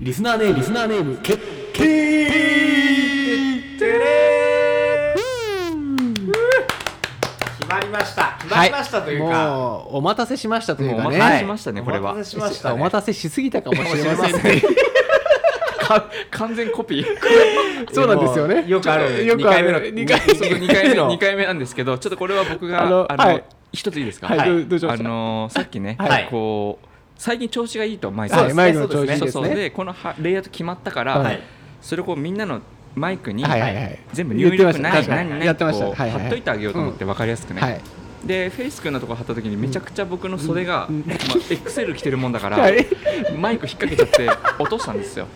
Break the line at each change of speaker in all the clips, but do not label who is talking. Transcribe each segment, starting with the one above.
リスナーネーム、リスナーネーム、決定
てれ決まりました決まりましたというか、
もう、お待たせしましたというか
もうお
ね。
待たせしましたねこれは
お待たせしました、ね、
お待たせしすぎたかもしれませんね。
か完全コピー
そうなんですよね。
よくある
よ
2
くあ
回目の
る。
2
2
回
回目
目
の。
二回目の二回目なんですけどちょっとこれは僕
あ
があ
の
の
はい
一ついいですか、
はいどうどうしま
あ
した
のーさっきね、
はい
こう最近調子がいいとマイク
はい
そうですね
マイクの調子いい
そ
で
う
す
そう
ね。
でこのはレイアウト決まったから、
は
はいい、
それをこうみんなのマイクに、
はいはいはい。
全部入力
言ってま
何
した
何
や
何
ってました。
こう
はいはい
貼っといてあげようと思って分かりやすくね、
はい。
でフェイス君のところ貼った時にめちゃくちゃ僕の袖が、まあ、XL 着てるもんだから、
はい
マイク引っ掛けちゃって落としたんですよ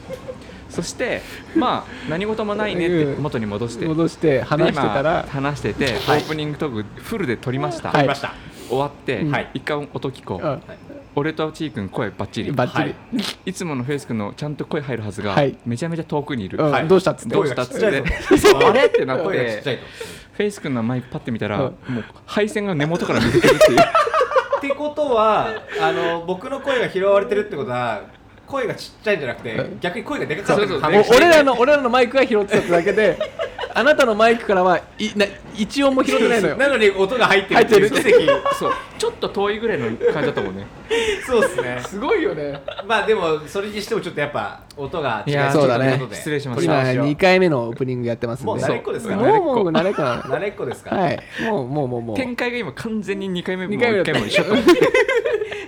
そしてまあ何事もないねって元に戻して
戻して話してたら
で今、話してて、
はい
オープニングトークフルで撮りました、
は
決ま
い
りました、
終わって、
はい
一回音聞こう、
あ
俺とちー君声バッチリ
バッチリ。
いつものフェイス君のちゃんと声入るはずが、
はい
めちゃめちゃ遠くにいる、
うん
はい
どうしたっつって
どうしたっつっ
声
て
がちっ
あれってなっ
声がちっちゃ
て
いと
フェイス君のマイクパッて見たら、
うん
もう配線が根元から抜けてるっていう
ってことはあの僕の声が拾われてるってことは声がちっちゃいんじゃなくて逆に声がでかかったってこと
そう
お
そ
ね
うでかい
俺らの俺らのマイクが拾ってたってだけで あなたのマイクからはいな一音も拾ってないのよ
なのに音が入ってるっていう
入っ
奇
そうちょっと遠いぐらいの感じだと思うね
跡そうですね
すごいよね
まあでもそれにしてもちょっとやっぱ音が違
いやー
ちょっと
そうだね
ということで
失礼しまし
今
た
2回目のオープニングやってますんで
もう慣れっこですか
も
ら
うもう慣れっこなの
慣れっこですか、
はいもうもうもうもう
展開が今完全に2回目も
二回目だ
1
った
回目も一 緒と思う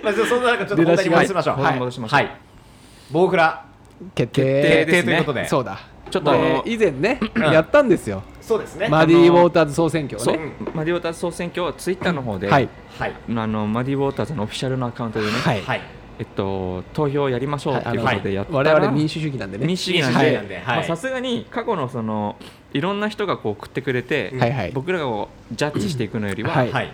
まあ、じゃあそんな中ちょっと本題に戻しましょう
はい戻しましょう
はいボウフラ
決
定
定
ですということで
そうだ
ちょっとあ
で
の
以前ねやったんですよ
そうですね
マディ・ウォーターズ総選挙を
そう
ね
マディ・ウォーターズ総選挙はツイッターの方で、
はい
はい
あのマディ・ウォーターズのオフィシャルのアカウントでね、
はい
はい
えっと、投票やりましょう
は
っ
い
て
あ
いう
の
ことでやった
我
ら、
々民主主義なんでね
民主主義なん
民主主義
で
なんではい
まあさすがに過去のそのいろんな人がこう送ってくれて、
はいはい
僕らがこうジャッジしていくのよりは、
はい
はい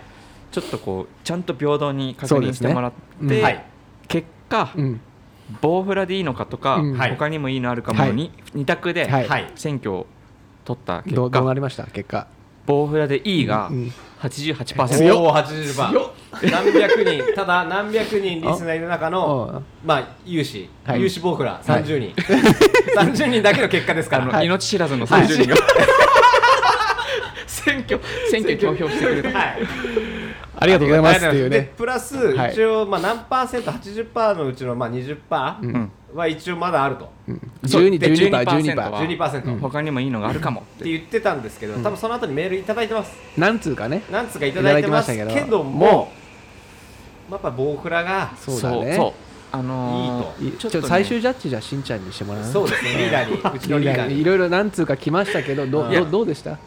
ちょっとこうちゃんと平等に確
そうで
認
す
し
ね
てもらって、
うん
はい
結果、
うん
ボウフラでいいのかとか、
うん
はい
他にもいいのあるかものに、二2択で
はい
はい
選挙を取った結
どうどうな
果
りました結果
ボウフラでいいが
うん
88%、
強っ
おー80番
強っ
何百人ただ何百人リスナーの中
ああ
のまあ有志、
はい
有志ボウフラ30人、30人だけの結果ですか
あ
ら、
の、
はい
命知らずの数十人が、選挙選挙投票してくれた、
はい
ありがとうございますっていう
で
ね
プラス、
はい
一応まあ何パーセント80%のうちのまあ 20%
うん
は一応まだあると、
そう
12
で
12%, 12%,
12%は
12%、
うん
っ
他にもいいのがあるかもって
て言ってたんですけど、多分その後にメールいただいてます
なんつうかね
なんつうかいただいてます
いた
け
だい
ど
てましたけど
もやっぱボウフラが
そうだね
そうあのー
いいちょっと
ね
最終ジャッジじゃあしんちゃんにしてもらう
そうですねリーダ ーにうちのリーダー
い
に
ろいろなんつうか来ましたけどどう
いや
どうどうでした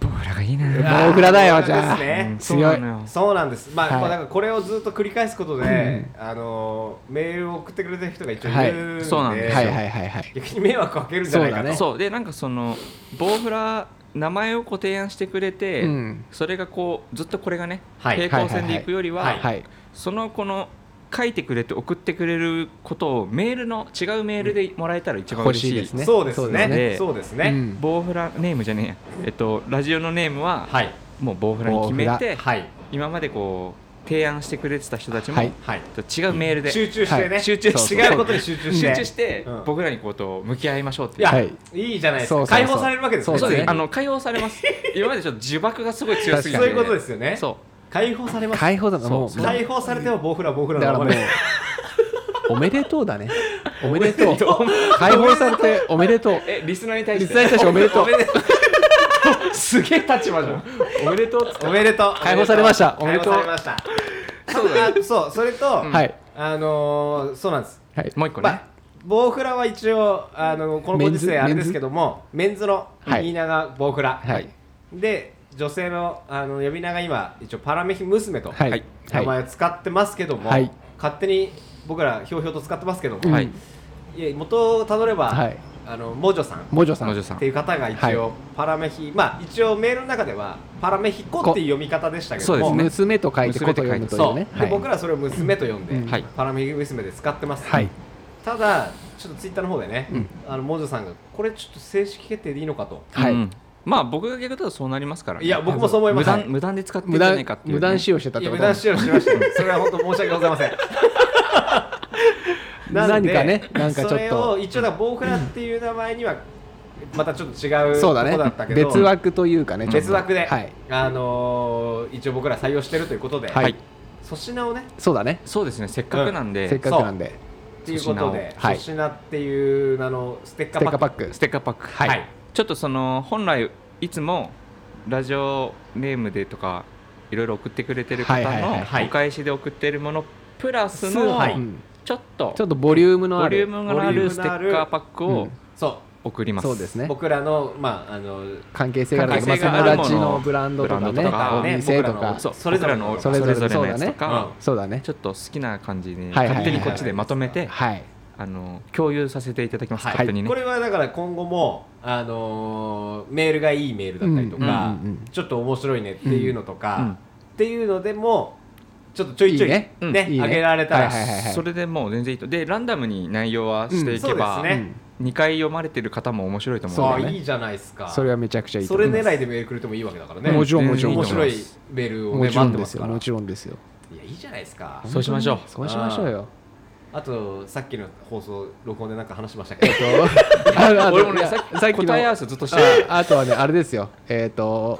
ボーラがいいな
ボウフラだよじゃあ
ですね
強い
そうなのよ
そうなんです、まあ
はい
まあ、だからこれをずっと繰り返すことで、あのーメールを送ってくれてる人が一応いるんで、
はいそうなんですよ
はいはいはいはい
逆に迷惑かけるんじゃないか
そうだ
と
ね
そうでなんかそのボウフラ名前をご提案してくれて、
うん
それがこうずっとこれがね、
はい
平行線でいくよりは,、
はい
はい
そのこの書いてくれて送ってくれることをメールの違うメールでもらえたら一番
欲
嬉し
し
い
いですね
そうです
そうです
ね
ね。
そうですね。
うん
ボウフラネームじゃねえやえっとラジオのネームは、
はい。
もうボウフラに決めて
はい。
今までこう提案してくれてた人たちも、
はい
はい。
ちょっと違うメールで
集中して
は
ね。
い集中して
違うことに集中して。
集中して
うん
僕らにこと向き合いましょうっていう
いや、
はい
い、いじゃないです
そうそ
か。
うそう
解放されるわけですね。
そう
で
ですす
ね
あの解放されます今までちょっと呪縛がすごい強すぎて
そういうことですよね。
そ
解放されます。
解放だなもう
そう
だ
解放されてもボウフラボウフラ
から
の
も
ま
う
まで。
おめでとうだねおめでとう
おめでと
解放されておめでとう
うえリスナーに対し
実
て
際たちおめで とう
すげえ立場じゃんおめでとうっつって
おめでとう。
解放されました
解放されました。そうだ。そう、それと、
はい
あのー、そうなんです。
はい
もう一個
ま
ね
あ、ボウフラは一応、あのこのご
メ
時
ンズ
世あれですけども、メンズの
はい
言い名がボウフラ。
はい
で、女性のあの呼び名が今、一応パラメヒ娘と
はい
はい
は
名
い
前を使ってますけども、
はい
勝手に僕らひょうひょうと使ってますけども、
はいい
や元をたどれば、
はい
あのモジョさんっ
もじょさ
野
ん
女さん
ていう方が一
は
応パラメヒ、まあ一応メールの中ではパラメヒコっていう読み方でしたけども
そうですね
娘と書いてこと読むというね
そうで僕らはそれを娘と呼んで、
うん
はい
パラメヒ娘で使ってます、
はい
ただちょっとツイッターの方でね、あのモジョさんがこれちょっと正式決定でいいのかと
はい
うんまあ僕が逆だとそうなりますからね
いや僕もそう思いま
無
した
断無断で使ってん
無
じゃない
断
かっていうね
無断使用してたっ
い
てこ
や無
と
断使用しましたよそれは本当申し訳ございませんなの
何
で
かねなんかちょっと
それを一応だからボウフラっていう名前にはまたちょっと違う
そうだ
と
ね
こだったけど
別枠というかねちょっと
別枠で、
はい、
あのー一応僕ら採用してるということで
はい
はい
粗品をね
そうだね
そうですねせっかくなんで、
せっかくなんで
っていうことで
粗品をは
粗
い
品っていう名のステッカ
ステ
ーパ
ッ
ッ
カー
ク
パック
ステッカーパック、
はい
はい
ちょっとその本来いつもラジオネームでとかいろいろ送ってくれてる方
はいはいはい
はい
のお返しで送ってるものプラス
す
の
はいうい
ん
ちょっと
ちょっとボリュームの
ボ
あ
リュ
る
ームがあるステッカーパック
う
を
ん
そ
送ります、
そうです
う
ね
僕らのまああの
関係性がある
関
まあ
係性があるも
友
の
達のブランドとか
ブラ
ね
ンドと
か
お店とか
そう
それぞれの
僕らの
それ
それ
ぞれ
ぞれのやつと
そうだ
か
ね、
そうだね
ちょっと好きな感じに
はいはいはい
勝手にこっちでまとめて
はい
あの共有させていただきます、
はい
勝手にね
これはだから今後も、あのーメールがいいメールだったりとか、
うんうんうんうん
ちょっと面白いねっていうのとか、
うん
っていうのでもちょっとちょいちょい
いいね
ね
うん
いいね
あげられたら、
はいはいはい
それでもう全然いいとでランダムに内容はしていけば、
うんそう
二
ですね
2回読まれてる方も面白いと思う
そ
の
う
で、
ね
いいじゃないですか
それはめちゃくちゃいいと
そ
思
れ
います
狙いでメールくれてもいいわけだからね
もちろんもちろん
面
もちろ
白
ん
いメールを、
も
ね、
ちろ
待っ
ん
て
で
ますす
よ
から
もちろんですよ
いやいいじゃないですか
そうしましょう
そうしましょうよ
あとさっきの放送録音でなんか話しましたけど
あのあの
俺もね
いや
さっき
さっきの
答え合わせずっとして
ああとはねあれですよえっ、と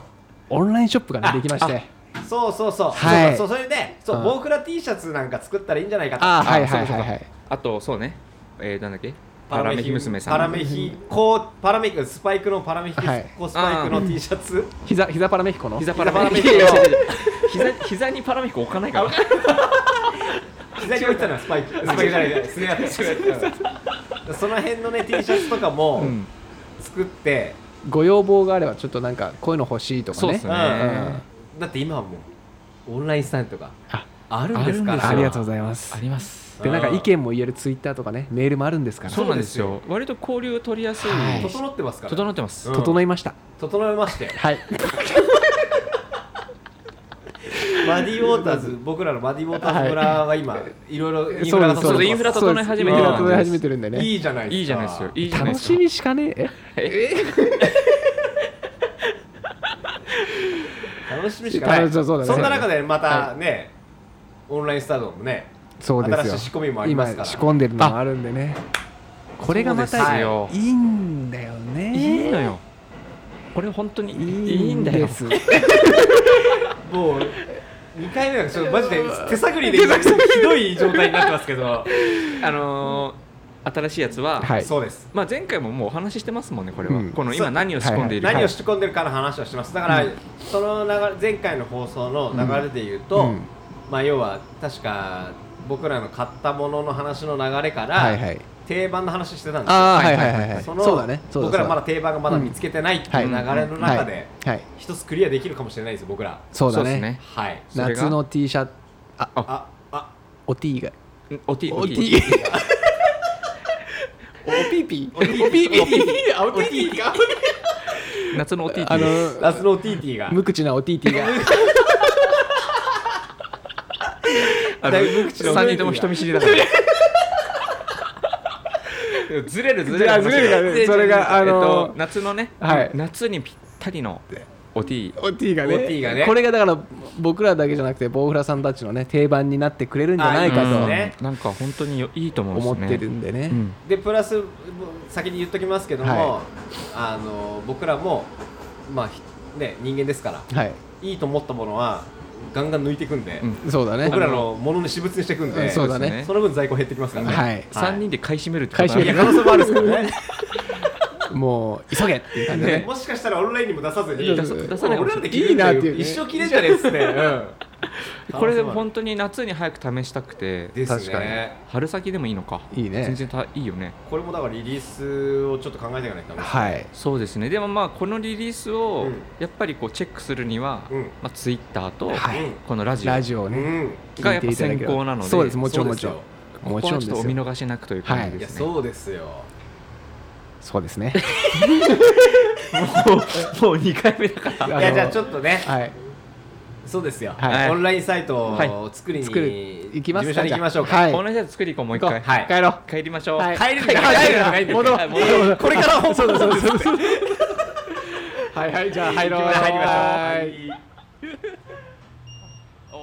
オンラインショップが、ね、できまして
そうそうそう、
はい
そうそうそれでそう、
うん
ボウクラ T シャツなんか作ったらいいんじゃないかと
あ
あ
はいはい
そう
は
か
い
そうか
はい
あとそうねえー、なんだっけパラメヒ娘さん
パラメヒこうパラメヒスパイクのパラメヒ、
はい
こうスパイクの T シャツ
膝膝パラメヒコの
膝パラメヒ
膝パラメヒ
膝膝にパラメヒコ置かないから
膝に置いてたのはスパイクスパイクじゃないスネアスその辺のね T シャツとかも
うん
作って、
ご要望があればちょっとなんかこういうの欲しいとか
そう
ね
っす
うん
ね
だって今はもうオンラインサインとか
あ
あるんですか
あるんで
ら
すよ
ありがとうございます
あります
でなんか意見も言えるツイッターとかねメールもあるんですから
そうなんですよ割と交流取りやすい、
はい
整ってますから
整ってます、
うん
整いました
整えまして
はい
マディウォーターズ僕らのマディウォーターズ村は今いろいろインフラが整ってます
そうですそうですインフラ整え始め
イ
て
ン
る
フラ整え始めてるんでね
いいじゃないですか
いいじゃないですよいいじゃない
楽
です
し
か
みしかねえ
楽しみしかない
楽しそうそうだね
んな中でまたね、オンラインスタートもね
そうですよ
新しい仕込みもありますから
今仕込んでるのもあるんでねこれがま
そう
た
です
い
よ
いんだよね
いいのよこれ本当にいいんだよ
です
もう2回目はちょっとマ ジで手探りで今ひどい状態になってますけど
あのー新しいやつは、
はい
そうです
まあ、前回ももうお話ししてますもんねこれは、
うん
この今何を仕込んでいるか、
何を仕込んでるかの話をしてますだから、その流れ前回の放送の流れで言うと、
うん
まあ要は確か僕らの買ったものの話の流れから、
はいはい
定番の話してたんですよ
ああはいはいはいはい
その
そうだねそうだ
僕らまだ
そう
定番がまだ見つけてないっていう流れの
だ
中で
はいはい
一つクリアできるかもしれないですよ僕ら
そうだ
そうです
ね
ね
はい
それが
夏の T シャツあ
ああ
お T が
おティ
お
おテ
T
ィ
おピピ
おピーピー
あお T か
夏のおティ
あの
夏の TT が
無口なお TT が
あの
だいぶ無口の
3人とも人見知りだから ずれるずれる
いやずれるからねそれがあの
えっと、夏のね、
はい
夏にぴったりのおティ
お T がね
お T がね
これがだから僕らだけじゃなくてボウフラさんたちのね定番になってくれるんじゃないか
あいいです
と
ね
なんか本当によいいと思うんです
思
ね
ってるんでね
うん
でプラスもう先に言っときますけども、
は
あの僕らもまあひね人間ですから
はい
いいと思ったものはガンガン抜いていくんで、
うん
そうだね
僕らのものに私物にしていくん
う
で
んそうだ
そうで
ね
す
その分在庫減ってきますからね
はい
3人で買い占めるって
買い占め
い
る
や可能性もあるんですからね
もう急げっていう感じで ね
もしかしたらオンラインにも出さずに、
出
さ出さないかも
俺ら
しれな
で
い
切れると
いいなっていうね
一生切れんじゃねえっすね。 うん
これでも本当に夏に早く試したくて
です
確かに
ね。
春先でもいいのか
いいね
全然たいいよね
これもだからリリースをちょっと考えていかないとダメですね。
はい
そうですねでもまあこのリリース
う
を
ん
やっぱりこうチェックするには、
うん
まあ、ツイッターと
はい
うん
このラジオ
ラジオ
う
ね
ん。
がやっぱ先行なので
そうですもちろんも
そうです
ちろ
よ
ん
こ
も
こ
ち
は
ろん
ちょっ
で
とお
す
見
よ
逃しなくという感じ
い
で
や
すね、
そうですよ。
そうですね
もう2回目だから
あ
い
の
やじゃあちょっとね、
はい
そうですよ。
はい
オンラインサイト
はい
を作りに
作る行きます
事務所に行きましょうか。
はい
同じやつ作り行こうもう一回、
行こう帰ろう
帰りましょう、
はい
帰るんだ
帰
帰
る
る
ん
ん
だ
だ
帰
帰
る
る
ん
ん
だ戻ろう
はい戻ろう
これからそうだそうだそうだはいはいじゃあ入ろう
行きまし
はい
ょうはい
おー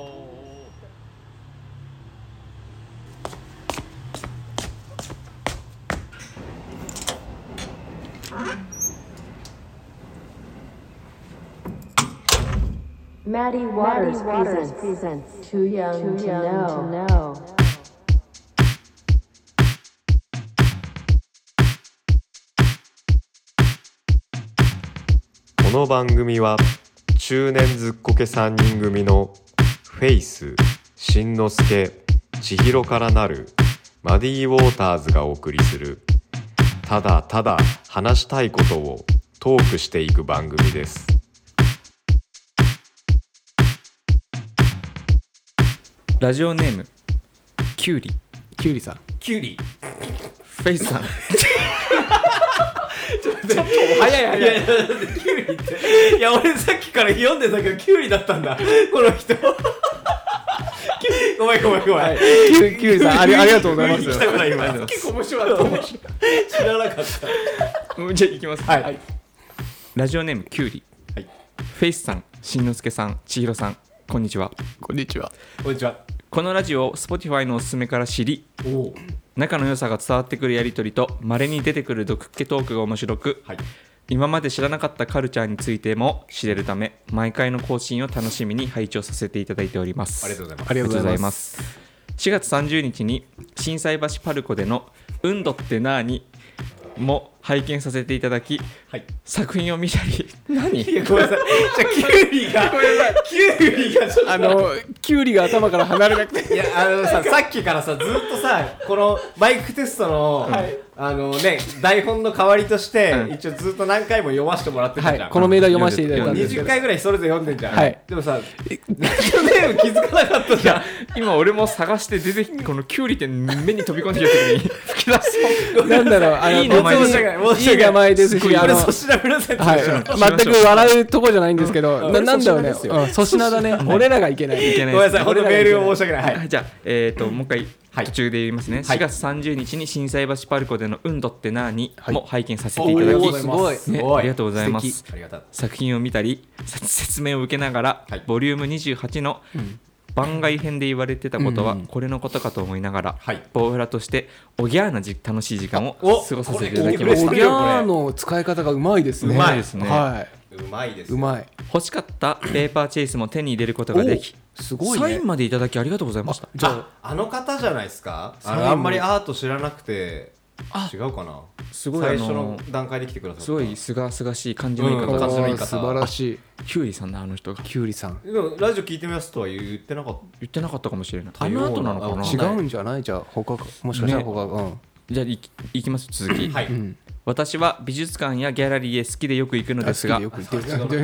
Maddie Waters, presents, Too Young, to, know.
この番組は中年ずっこけ3人組のフェイス、しんのすけ、千尋からなるマディ・ウォーターズがお送りするただただ話したいことをトークしていく番組です。
ラジオネームキュウリ
キュウリさん
キュウリ
フェイ スさん
早い早いやいやだってキュウリっていや俺さっきから読んでたけどキュウリだったんだこの人 ごめんごめんごめん、
キュウキュウリさんありありがとうございます
来たから
ありがとうござい
今
ます
結構面白 かった知らなかった
じゃあいきます
はい、
ラジオネームキュウリ
はい
フェイスさんしんのすけさん千尋さんこんにちは
こんにちは
こんにちは
このラジオを Spotify のおすすめから知り
おお
仲の良さが伝わってくるやり取りと稀に出てくる毒っ気トークが面白く、
はい
今まで知らなかったカルチャーについても知れるため毎回の更新を楽しみに拝聴させていただいております
ありがとうございます
ありがとうございます
す4月30日に心斎橋パルコでの「運動ってなーに」も拝見させていただき
はい
作品を見たり何
いやごめんなさいじゃあキュ ウリがごめんなさいキュウリがちょっと
あのキュウリが頭から離れなくて
いやあのささっきからさずっとさこのマイクテストの、あのね台本の代わりとして、
うん
一応ずっと何回も読ませてもらってた
は
じゃん、
いこのメールは読ませていただいたんですけ
20
ど
回ぐらいそれぞれ読んでんじゃん、
はい
でもさラジオネーム気づかなかったじゃん
今俺も探して出てきてこのキュウリって目に飛び込んできた時に吹き出そう
なんだろうあの
いい名前
別に
申し訳ない申し
いい
訳ない
名前ですしあ
これ
の
粗品プレゼント
は
でしょ、
い、全く笑うとこじゃないんですけど、ななんだろうね、
粗品ですよ
うん粗品だね、俺らがいけない。
いけない
ごめんな
です
さい本当メールを申し訳ない、は、
はいい、じゃあ、えーともう一回、
はい
途中で言いますね、
はい
4月30日に心斎橋パルコでの「運動ってなーに」も拝見させてい
お
た
めで
だき、
と
おー
うござ
す
い
ご
ま
い
す
ねありがとうございま
素
す
ありがたう
作品を見たりさ 説明を受けながら、
はい
ボリューム28の番外編で言われてたことは
うん
これのことかと思いながら、
はい
ボウフラとしておぎゃーなじ楽しい時間を
お
過ごさせていただきま
嬉
し
しい
た
おぎゃーの使い方がうまいですね。
うまいです
ね
は
まいで
い、
す
うまい。
欲しかったペーパーチェイスも手に入れることができ
すごいね
サインまでいただきありがとうございました
じゃ
ああの方じゃないですかあ
サイン
のあんまりアート知らなくて違うかな
すごい
最
あ
初
の
の段階で来てくださった
すごいすがすがしい感じの言い
あ、
方
う
だ
ん
し、
の言い方
素晴らしい。
キュウリさんだあの人が
キュウリさん。
でもラジオ聞いてみますとは言ってなかった
言ってなかったかもしれない
多
あ
様
の
な
後なのかな
あ
違うんじゃないじゃあ、他か、もしかしたら
ね
他が、うん。
じゃあいきいきます続き、
はい、
私は美術館やギャラリーへ好きでよく行くのですが
あ好きでよく言って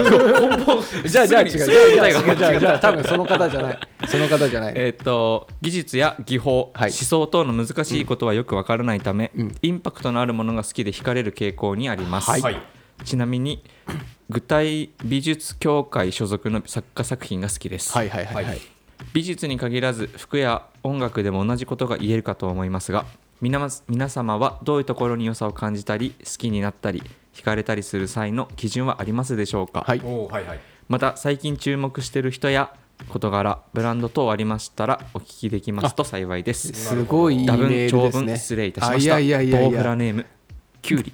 る。 じゃあ、じゃあ、違う。じゃあ、じゃあ、じゃあ、じゃあ、多分その方じゃない。その方じゃない。
えー、と技術や技法、
はい
思想等の難しいことはよくわからないため、
うん
インパクトのあるものが好きで惹かれる傾向にあります、
はい
ちなみに具体美術協会所属の作家作品が好きです、
はい、はい、はい、は
はいい。
美術に限らず服や音楽でも同じことが言えるかと思いますが皆ま皆様はどういうところに良さを感じたり好きになったり惹かれたりする際の基準はありますでしょうか、
はい。
おーはいはい
また最近注目してる人や事柄ブランド等ありましたらお聞きできますと幸いです
すごいいいメ
多分
ール
長
です
文
ね。
失礼いたしました
あいやいやいやい
ボーフラ
や。
ネームキュウリ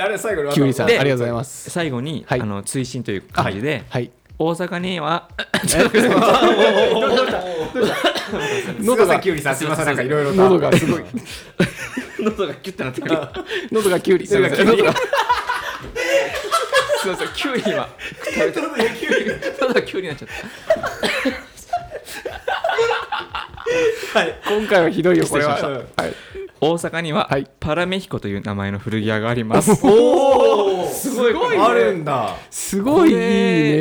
あれ最後に
キュウリさん、あ
で
りがとうございます。
最後に、
はい
あの追伸という感じで、
はい。
大阪 には
喉がキュウリさんすいませんなんかいろいろ
喉がすごい
喉がキュッてなってくる
喉がキュウリ。
喉がキュウ
喉
リ
が
すいませんキュウリ今喉がキュウリになっちゃった
今回はひどいよ、これは。
失礼し
はい。
大阪には、
はい
パラメヒコという名前の古着屋があります
おおすごいあるんだ
すごいいい
こ
メ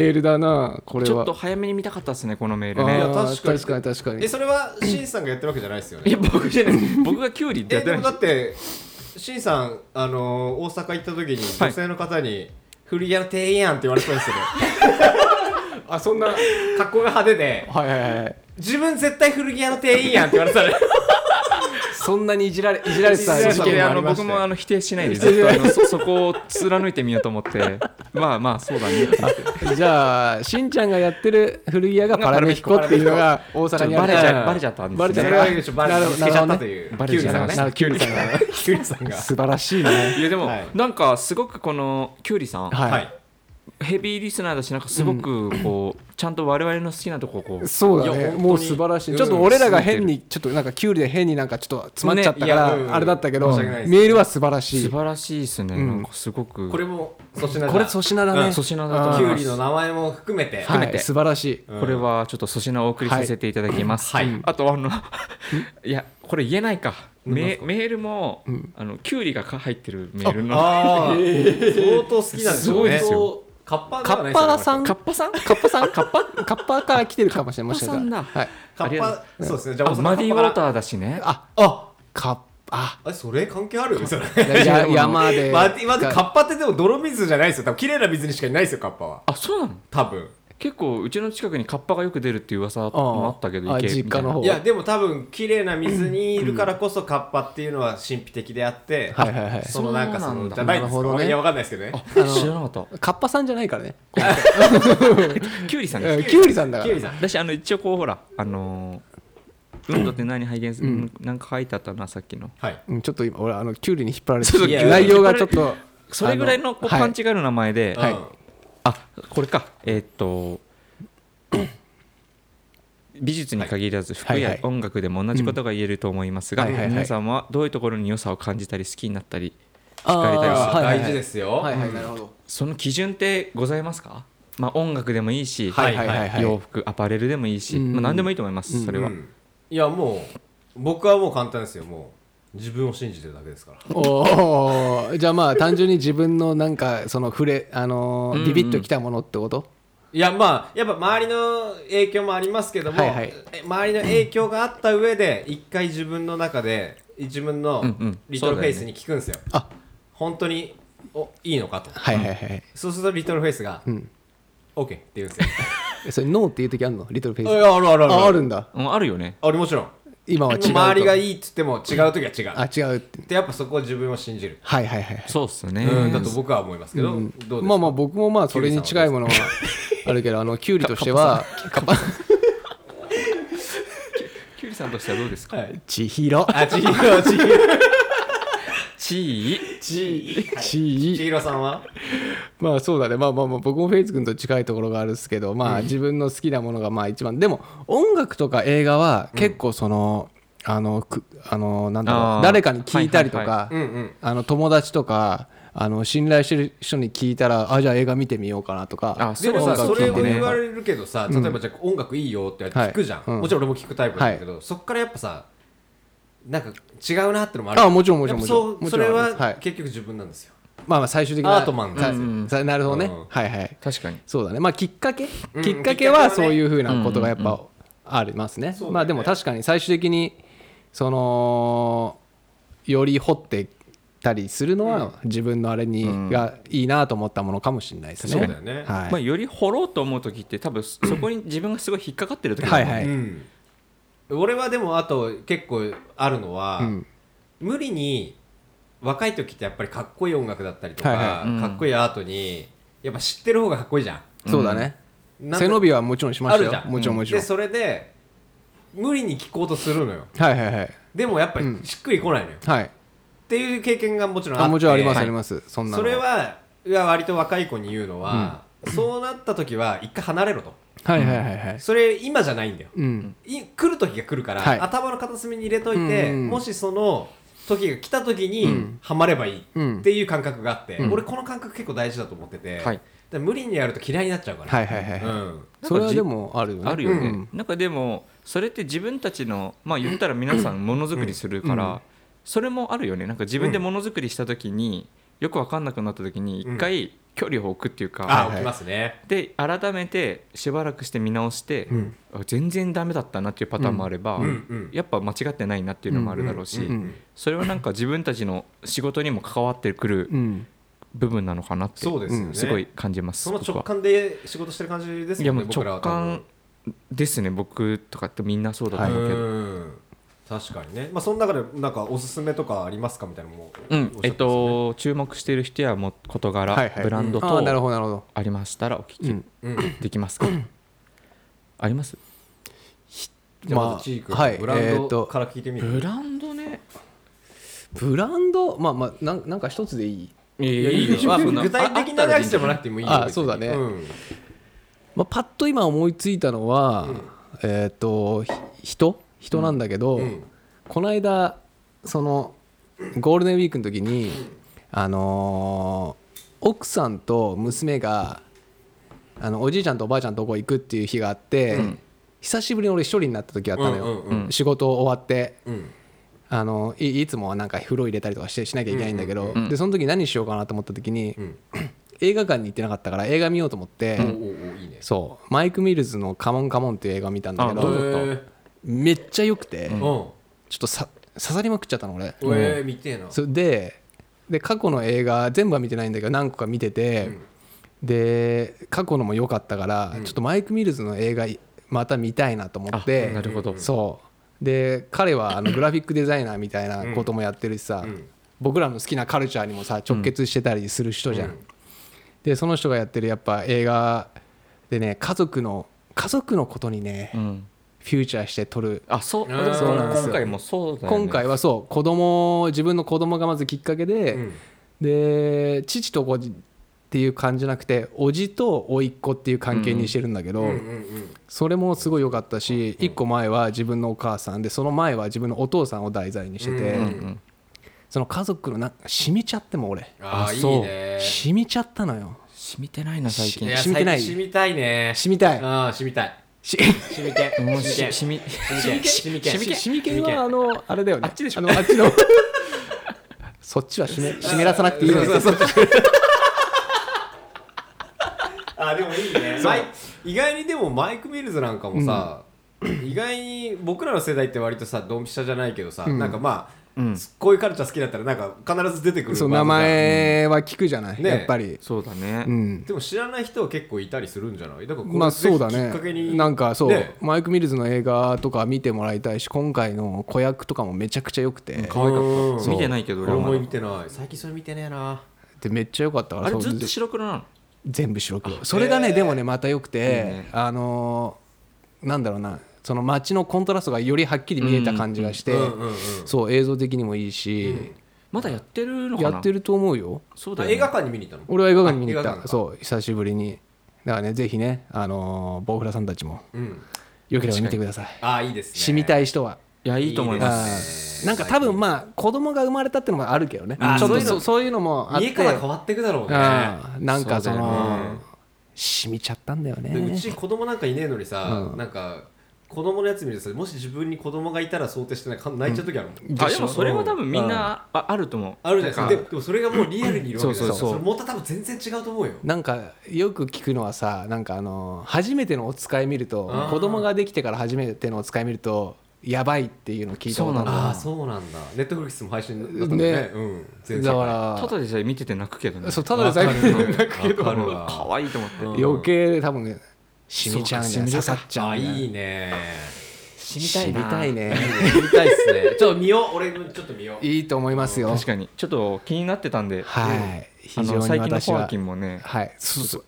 れ
ールだな、これ
ちょ
は
っと。早めに見たかったですねこのメー
あ
ルね
ー
いや確かに
確かに確かに
え。それはしんさんがやってるわけじゃないですよ
い
ね
や僕じゃないです僕がキュウリって
え
やっ
で
てな
も
い
だってしんさんあのー大阪行った時に
はい
女性の方に古着屋の店員やんって言われたんですよね
あ、そんな。はい
格好が派手で
はいはいはい。
自分絶対古着屋の店員やんって言われたね
そんなにいじられ、いじられてた
いじられ
事
てた
件
い
も
や
あ
あ
り
の
まし
僕もあの否定しないでずっとあのそそこを貫いてみようと思って まあまあそうだねって言ってちょ
たじゃあ、しんちゃんがやってる古着屋がパラメヒコっていうのが大
っと
阪にあ
バ
る
レちゃバレ
ち
ちゃったん
バレ
で
ち
そ
す
ゃ
れ
った
ね
はちょっとバレつけちゃったという
な
キュ
る
ウリ
ほどね
さんが
な
ね
るキュウリさん が。
キュウリさんが
素晴らしいね。
いやでも
はい
なんかすごくこのキュウリさん
はい。
はい
ヘビーリスナーだしなんかすごくこう、ちゃんと我々の好きなとこをこう
そうだ
いや
ね
本当に
もう素晴らし
う
い
ん
ちょっと俺らが変にちょっとなんかキュウリで変になんかちょっと詰まっちゃったから、
ねいやうん
あれだったけど
申し
メ
訳ないです
ールは素晴らし
素
いこ
晴らしいですね、
うん
なんかすごく
これも粗品
れ粗品だ
う
ね
ん
粗品だと思
キュ
い
ウ
ま
リ
す
の名前も含めて、
は
めて
い素晴らしい
うん
これはちょっと粗品をお送りさせていただきます。
はいはい
あとあのいやこれ言えないか。メメールも、
うん
あのキュウリが入ってるメールの
ああ、相当好きなんです
すご
よ
い
ね。
ですよ
カッパーで
カ
は
ッ
ないですよ
パーさん
ね
カッパさん。
カッパさんカッパカッパから来てるかもしれません
カッパさんだ
はい、
カ
あり
ッ
がとう
パー、そうですね。じゃあ
あ
大阪
マディウォー
ー。
ターだしね。
あ
あ、
カッあ
あそれ関係あるそれ。
や山 で
マディ、マディ、カッパってでも泥水じゃないですよ。多分綺麗な水にしかいないですよ、カッパは。
あそうなの。
多分。
結構うちの近くにカッパがよく出るっていう噂もあったけど
ああ
池みた
実家
いな
の方
いや、でも多分綺麗な水にいるからこそカッパっていうのは神秘的であって、
はいはいはい
そのなんかそ
そうなん
の、
だ
じゃないです
なるほど
か。
ね
いや、わかんないですけどね。
あ知らなかっ
カッパさんじゃないからね
た。キュウリさん
う
で
ん
す。
キュウリさんだか
キ
ら
ュウリさん。
私あの一応こうほらあのー、運動って何拝見する、なんか書いてあったなさっきの。
はい。
うんちょっと今俺あのキュウリに引っ張られ
そうそう
い
て
や
内容がちょっと
それぐらいのこう
あの
パンチがある名前で、
はい
うん
あこれかえーっ と美術に限らず服
はいは
や
い
音楽でも同じことが言えると思いますが
うんはいはいはい
皆さんはどういうところに良さを感じたり好きになったり
あ
惹かれたりす
ー
る
はいはいはい
大事ですよ。
はいはいなるほど
その基準ってございますか、まあ、音楽でもいいし、
はいはい
洋服アパレルでもいいし、
うん
まあ、何でもいいと思います、それは、
うんいやもう僕はもう簡単ですよもう自分を信じてるだけですから
おーじゃあまあ単純に自分のなんかその触れあのー
うんうん
ビビッときたものってこと
いやまあやっぱ周りの影響もありますけども、
はいはい
え周りの影響があった上で一回自分の中で自分の
うんうん
リトルフェイスに聞くんですよ,、
あ
本当においいのかと
はいはいはい
そうするとリトルフェイスが
うん
「OK」って言うんですよ
えそれノーっていう時あるのリトルフ
い
ェイス
やあるあるある
ああるんだ
うんあるよね
あれもちろん
今は違うと
周りがいいっつっても違う時は違う
あ違うって
でやっぱそこは自分を信じる、
はいはいはい
そうっすね、
うんだと僕は思いますけど、どうですか
まあまあ僕もまあそれに近いものはあるけどあのキュウリとしてはカッ パ
キュウリさんとしてはどうですか、
はい
千尋
あちひろちひろ
地位
千
ちひろさんは
まあそうだねまあまあまあ僕もフェイス君と近いところがあるんですけどまあ自分の好きなものがまあ一番でも音楽とか映画は結構その、あのくあのなんだろ
あ
う
ー
誰かに聞いたりとか、
はいは
うんうん
あの友達とかあの信頼してる人に聞いたらあじゃあ映画見てみようかなとか
あ
でもさ
音楽
そ
聞
れ
い
を
てね
言われるけどさ例えばじゃあ音楽いいよって聞くじゃん、
はいうん
もちろん俺も聞くタイプだけど、そっからやっぱさなんか違うなってのもある
あもちろんもちろん
や
も
っぱ
ちろ
そ
ん
う
も
そ
ちろん
れ
は
はい結局自分なんですよ、
まあまあ最終的な
アートマンなんですよ
ささなるほどね、
うん
はいはい
確かに
そうだねまあきっかけ、
うん
きっかけは
きっかけはね
そういうふうなことがやっぱありますね,、
そうだよね
まあでも確かに最終的にそのより掘ってたりするのは自分のあれに、がいいなと思ったものかもしれないですね
そうだよね
はい、
まあ、より掘ろうと思う時って多分そそこに自分がすごい引っかかってる時
はい
い
はい、
うん俺はでもあと結構あるのは、
うん
無理に若い時ってやっぱりかっこいい音楽だったりとか、
はい
はいうん
かっこいいアートにやっぱ知ってる方がかっこいいじゃん
そうだね
なんか
背伸びはもちろんしました
あるじ
よ
ゃん
もちろんもちろん、
でそれで無理に聞こうとするのよ
はいはいはい
でもやっぱりしっくりこないのよ、っ
はい
ていう経験がもちろんあっ
あ
て
もちろんありますあり
は
ます、そん
い
な
そ
の
れはいや割と若い子に言うのは、そうなった時は一回離れろと
はいはいはいはい
それ今じゃないんだよ
うん
い来る時が来るから、
はい
頭の片隅に入れといて、
うん
もしその時が来た時に
ん
ハマればいい
うん
っていう感覚があって、
うん
俺この感覚結構大事だと思ってて、
はい
で無理にやると嫌いになっちゃうから、
はいはいはいはい
うん、
それはでもあるよね
あるよね、
うん
なんかでもそれって自分たちのまあ言ったら皆さ んものづくりするから、
うん
それもあるよねなんか自分でものづくりした時によく分かんなくなった時に
うん
一回距離を置くっていうか、
あ、
はい
起きますね
で改めてしばらくして見直して、
ん
あ全然ダメだったなっていうパターンもあれば、
うんうん
やっぱ間違ってないなっていうのもあるだろうし、
うんうんうんうん
それはなんか自分たちの仕事にも関わってくる
うん
部分なのかなって
そうですよね、
すごい感じます
その
僕
直
は
感で仕事してる感じです
いや
よ
も
ね
う
僕らは
直
多分
感ですね僕とかってみんなそうだと思うけど、
うん確かにねまあその中でなんかおすすめとかありますかみたいなのも
うん、え
おっし
っと注目している人やも事柄、
はいはい
ブランド
ああなる
と
ほどなるほど
ありましたらお聞
うん
ゃって ますね
きできますか、あります
うんじゃあまずチーク、ブラ
え
ン
ー
ド
と
から聞いてみる、
ブランドね
ブランドまあまあなんなんか一つでいい
いやい
い
いでしょ
まあ
そんな
具体的な話してもらってもいいよ
あ
別に
そうだね
ん
まあ、パッと今思いついたのは、えーっとひ人人なんだけど、
うん
この間そのゴールデンウィークの時に、あのー奥さんと娘があのおじいちゃんとおばあちゃんとこ行くっていう日があって、久しぶりに俺一人になった時があったのよ、
うんうん
仕事終わって
うん
あのいいつもはなんか風呂入れたりとかしてしなきゃいけないんだけど、
んうん
でその時何しようかなと思った時に、
ん
映画館に行ってなかったから映画見ようと思って。
おおおいいね
そうマイク・ミルズの「カモンカモン」っていう映画を見たんだけ
あどう
ど
ぞだった
へ
めっちゃ良くて、ち
ー
ょっとさ刺さりまくっちゃったの俺、
うんえー見てえな
それでで過去の映画全部は見てないんだけど何個か見てて、で過去のも良かったから、ちょっとマイク・ミルズの映画いまた見たいなと思って
あなるほど
そうで彼はあのグラフィックデザイナーみたいなこともやってるしさ、僕らの好きなカルチャーにもさ直結してたりする人じゃん、でその人がやってるやっぱ映画でね家族の家族のことにね、
うん
フューチャーして撮る
あそうで
あー
も
そうなんですよ
今回もそうだよね
今回はそう子供自分の子供がまずきっかけで、
うん
で父と子っていう感じじゃなくて叔父と甥っ子っていう関係にしてるんだけど、
うんうん
それもすごい良かったし、一個前は自分のお母さんでその前は自分のお父さんを題材にしてて、
うん
うん
その家族のなんか染みちゃっても俺
ああいい
そう
ね
染みちゃったのよ
染みてないな最
い
近
や
や
染みてない
最近染みたいね
染みたい
ああ染みたい
し
染みて
も
染
う
み
してし
染
み
み染み
染み染み系
染み系
はあのあれだよね
あっちでし
あ
ょ
のあっちの そっちは湿湿らさなくていいのに
そうそうそうあでもいいねマイ意外にでもマイク・ミルズなんかもさ、意外に僕らの世代って割とさドンピシャじゃないけどさ、なんかまあ、
ん
こういうカルチャー好きだったらなんか必ず出 てくる
そう
ワ
名
ードじゃん
前は聞くじゃない、
ね
やっぱり、
そうだね
うん、
でも知らない人は結構いたりするんじゃないだからこれ
まあそうだ
ぜひ
ね
きっかけに
なんかそう、
ね
マイク・ミルズの映画とか見てもらいたいし今回の子役とかもめちゃくちゃ良くて、
可愛か
う
っ
ん
た見てないけど
俺も見
まだ
てない最近それ見てねえな
でめっちゃ良かったから
あれ
そう
ずっと白黒なの
全部白黒それがね、でもねまた良くて、
ね
あのーなんだろうなその街のコントラストがよりはっきり見えた感じがして、
うんうんうん
そう映像的にもいいし、
まだやってるのかな
やってると思うよ
そうだよね
映画館に見に行ったの
俺は映画館に見に行っ
あ映画館
た
か
そう久しぶりにだからねぜひねあのーボウフラさんたちも
うん
よければ見てください
ああいいですね
染みたい人はい
やいいと思いま
いいですすなんか多分まあ子供が生まれたってのもあるけどね
あー
ちょっと
そういうの
そそういうのもあって
家から変わっていくだろうね
あーなんかそ
そうだ
の
よね
染みちゃったんだよね
でうち子供なんかいねえのにさ、
うん
なんか子供のやつ見るとさもし自分に子供がいたら想定してない泣いちゃう時あるもん、
あでもそれは多分みんなああると思う
あるじゃないですか
な
で
ん
もでもそれがもうリアルにいるわけじゃないですか
そうそうそ
れ
う
もた多分全然違うと思うよ
なんかよく聞くのはさなんかあの初めてのお使い見ると
あー
子供ができてから初めてのお使い見るとやばいっていうのを聞いたことあ
そうなん
る
ああそうなんだネットフリックスも配信だったもんね
ね
うん全
だ
然
た
か
だでさえ見てて泣くけどね
らそうただでさえ
わかる
泣
だけどあるわ
可愛いと思って
余計多分ね染みちゃうんじゃない
そう
刺
か
さっちゃ
あ
う
いいね
死
染みたいね
見たいっすねちょっと見よう俺もちょっと見よう
いいと思いますよ
確かにちょっと気になってたんで
はい
あ
非常
の
に
最近の
私
ホア
は
キンもね
はいそうそう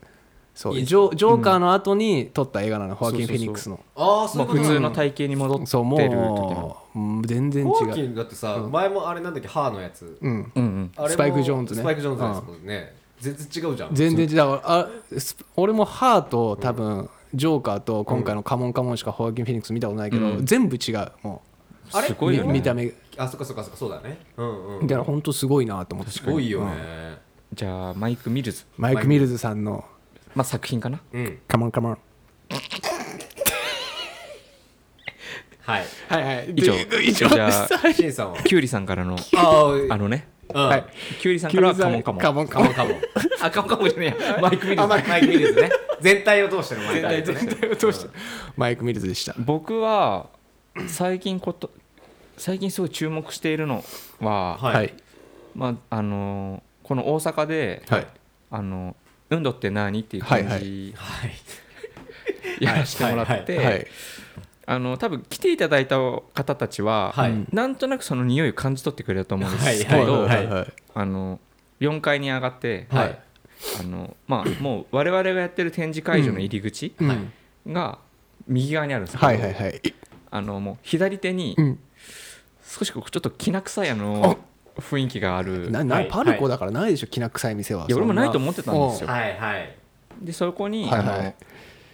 そう
いいです
ジョジョーカーの後に撮った映画なのホアキン・フェニックスの
ああそう
も
いうこ
う
と
普通の体型に戻ってる
そう
時の
もううん全然違
ホーキ
う
ンだってさ、前もあれなんだっけ歯のやつ、
うん
うんうん
あれも
スパイクジョーンズね
スパイク・ジョーンズのやつもね、全然違うじゃん
全然違うあスプ俺も「ハーと多分ジョーカーと今回の「カモンカモン」しかホアキン・フェニックス見たことないけど全部違うも
あれ
す
う
ごい
み
よね
見た目
あそっかそっかそっかそうだねうんうん
だから本当すごいなと思って
すごいよね
じゃあマイク・ミルズ
マイク・ミルズさんの
まあ作品かな
うん
「カモンカモン」
はい
はいはい
以上
で以上
じゃあ
シンさんは
キュウリさんから の
あ
あのね
あ
は
はいい
キュウリさんからはカモンカ
カ
モン
モンカモン
かも
あカモンカモンじゃねえやマイク・ミルズ
マイク・ミルズね全体を通してのマイク・ミルズね
マイク・ミルズでした
僕は最近こと最近すごい注目しているのは、
はい
はい
まああのーこの大阪で「
はい
あの運動って何?」っていう感じ
はい
やらせてもらっ
はい
は
て
い
あの多分来ていただいた方たちは、
はい
なんとなくその匂いを感じ取ってくれると思うんですけ
はい
ど、
はいはい
あの4階に上がって、
はい
あのまあ、もう我々がやってる展示会場の入り口
うん
が右側にあるんですけど、
はいはいはい
あのもう左手に
うん
少しこうちょっときな臭いあの雰囲気がある
なな
はい
パルコだからないでしょ、きな臭い店はい
や俺もないと思ってたんです
そ
よ
はいはい
でそこに、
はいはい
あの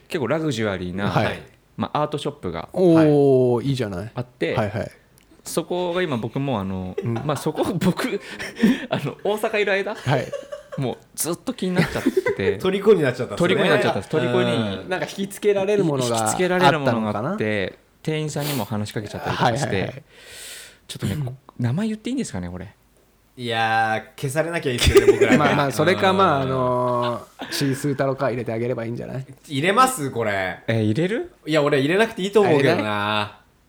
結構ラグジュアリーな、
はい
まあ、アートショップが
おお、い、いじゃない
あって、
はいはい
そこが今僕もあの、まあそこ僕 あの大阪いる間
はい
もうずっと気になっちゃってて
虜になっちゃった
虜になっちゃったんです虜に
うん
なんか引きつけられるものが
引きつけられるものがあって店員さんにも話しかけちゃったりとかして、
はいはいはい
ちょっとねこ名前言っていいんですかねこれ
いやー消されなきゃいいですよね僕らが
まあま あそれかまああ
うん
のーシースータロカ入れてあげればいいんじゃない
入れますこれ
えー入れる
いや俺入れなくていいと思うけど
入れ
な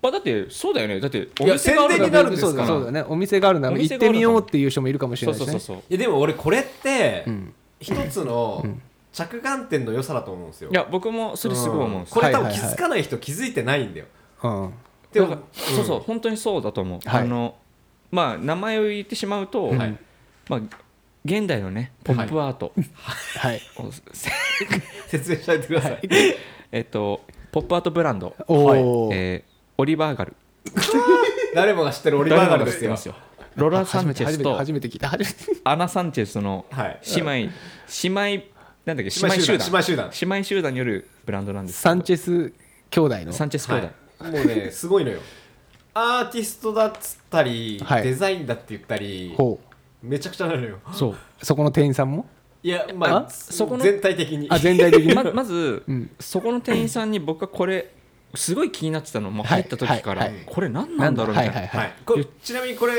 まあだってそうだよねだってお
いや
店がある
宣伝になるんです
そう
か
だ
ら
そうだねお店があるなら
お
行
店
っ
があ
て
るなら
みようっていう人もいるかもし
そ
れ
う
ない
そう
し
そう
ね
そう
いやでも俺これって
ん
一つの着眼点の良さだと思うんですよ
いや僕もそれすごい思うんです
これ多
は
分
いは
気
いはい
づかない人気づいてないんだよ
うん
で
だ
も
からそうそう本当にそうだと思う、
はい
あのまあ名前を言ってしまうと、
はい
まあ現代のねポップアート、
はい
を
説明しないでください
えっとポップアートブランド、
おお
えーオリバーガル
誰もが知ってるオリバーガルです
誰
よ
もが知ってますよロラ・サ
初
ン
めて
チェ
初
ス
めて
と
初めて聞いた初めて
アナ・サンチェスの
はい
姉妹、姉妹なんだっけ姉
姉
妹
妹
集
集団
団
姉妹集団
姉妹集団によるブランドなんです
サンチェス兄弟の
サンチェス兄
は
弟、
い、もうねすごいのよアーティストだっつったり、
はい
デザインだって言ったり
ほ
めちゃくちゃなのよ
そう
うそこの店員さんも
いやまあ
あ
そ
そ
こ
こ
の
の
全体的に
あ全体的に
ま まず、
うん
そこの店員さんに僕はこれすごい気になってたのもう入った時から、
はいはいはい
これ何 なんだろうみたいな、
はいはい
は
はい
い、これちなみにこれ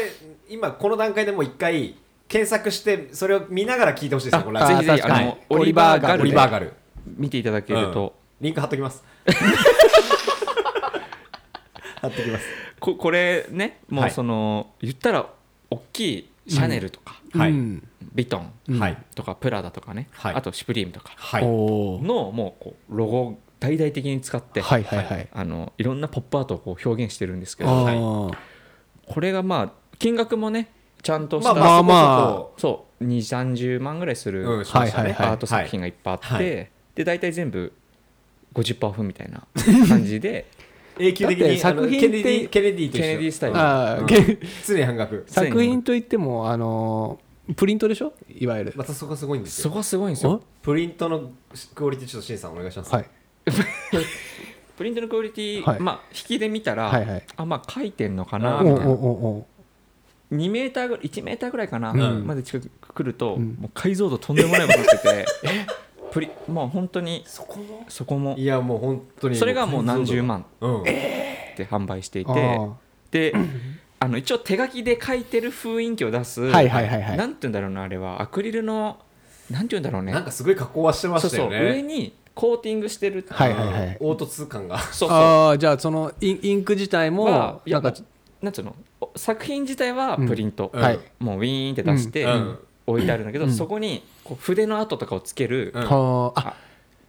今この段階でもう一回検索してそれを見ながら聞いてほしいですよこれ
あ
ぜひぜひ
確か
あ
に
の
オ
オ
リ
リ
バー
バー
ガ
ガ
ル
オ
ル
で
リバーガル、
見ていただけ
う
ると
ん、、リンク貼っときます貼っときます
ここれねも
は
う
い
その、言ったら大きいシャネルとか、
はい、
うん
ビトン
はい
とかプラダとかね、
はい
あとシュプリームとか
はい
おー
のもうこうロゴを大々的に使って、
はいはいはい
あのいろんなポップアートをこう表現してるんですけ
あ
ど
ー
これがまあ金額もねちゃんとし
ま
た、
あまあ
まあ
ま
そう2 3 0万ぐらいす
あ
る、
うんしました
は
ね
いはいはい
アート作品がいっぱいあって、
はい
で大体全部50%オフみた いな感じで
永久的
だって
に
作品
あのケネデ
って
ィケネディと一緒
ケネディスタイル
あー
うん
げ
常に半額
作品といってもあのープリントでしょいわゆる
またそこすごいんです
そ
よ
こがすごいんですよ
プリントのクオリティちょっとしんさんお願いします、
はい
プリントのクオリティ、
はい
まあ引きで見たら、
はいはい
あまあ書いてんのか
お
な
お
み
お
たいな
お
2メーターぐらい1メーターぐらいかな、
ん
まで近く来ると、
ん
もう解像度とんでもないことになって てえプリもう本当に
そこも
そこも
いやもう本当に
それがもう何十万
うん
って販売してい
お
て
あ
であの一応手書きで書いてる雰囲気を出す、
はいはいはいはい
なんて言うんだろうなあれはアクリルのなんて言うんだろうね
なんかすごい加工はしてま
そう
した
そう
よね
上にコーティングしてる
はいはいはい
凹凸感が
そうそう
あーじゃあそのインインク自体
は
も
いや
なんか
なんつうのお作品自体はプリント、
うん
はい
もうウィーンって出して
うん
置いてあるんだけど、
うん
そこにこう筆の跡とかをつける、
うん
はああ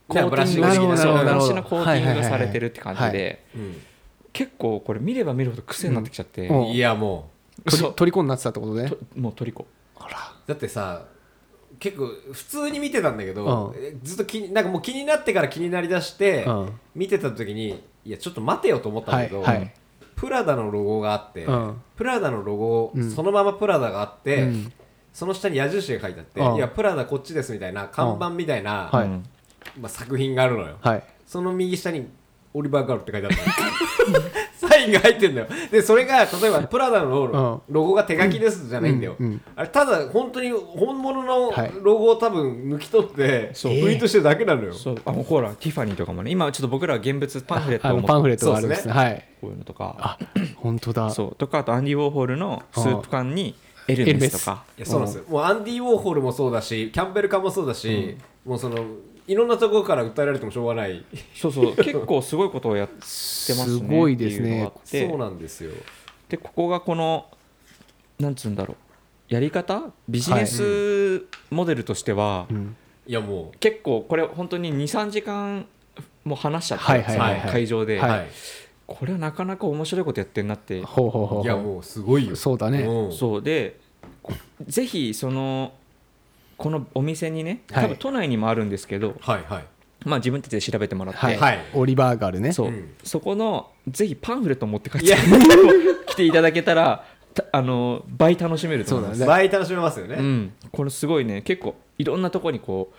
コーティング
じゃあブラッシング的な
がそ
な
う
るほど
ブ
なる
ラ
ほ
シ
ど
のコーティングがされてるって感じで、
はいはいは
結構これ見れば見るほど癖になってきちゃって、
うん
うんいやも
とり虜になってたってことね
ともうトリコ
うだってさ結構普通に見てたんだけど
う
えずっと気になんかもう気になってから気になりだして
うん
見てた時にいやちょっと待てよと思ったんだけど
はいはい
プラダのロゴがあって
うん
プラダのロゴ
うん
そのままプラダがあって
うん
その下に矢印が書いてあって
うん
いやプラダこっちですみたいな看板みたいな
はい
うん
まあ作品があるのよ
はい
その右下にオリバーガールって書いてあったのサインが入ってんだよでそれが例えばプラダのロゴが手書きですじゃないんだよ、
うんうん
あれただ本当に本物の
はい
ロゴを多分抜き取ってプ
そう
リントしてるだけなのよ、
そうあほらティファニーとかもね今ちょっと僕らは現物パンフレット
あ
を
の
持って
パンフレットがあるんですねはい
こういうのとか
あ本当だ
そうとかあとアンディ・ウォーホルのスープ缶にエルメスとか
いやそうなんですよもうアンディ・ウォーホルもそうだしキャンベルカもそうだし、もうそのいろんなところから訴えられてもしょうがない
そうそう結構すごいことをやってますね
すごいですね
ってうのがあ
そうな
って
んですよ
でここがこのなんつうんだろうやり方ビジネスモデルとしては、
うん
いやも
結構これ本当に23時間もう話しちゃって、
はいはい
はいはい
その会場
う
で、
はい、、
はい
これはなかなか面白いことやってんなって
ほうほうほう
やもうすごいよ
そうだね
うん
そうでこぜひそのこのお店にね
はい
多分都内にもあるんですけど、
はいはい
まあ自分たちで調べてもらって、
はい、
はい
オリバーガルね
そう
うん
そこのぜひパンフレットを持って帰っ
い
て
や
来ていただけたらたあの倍楽しめると思います
そうだね
倍楽しめますよね、
うん、これすごいね結構いろんなとこにこう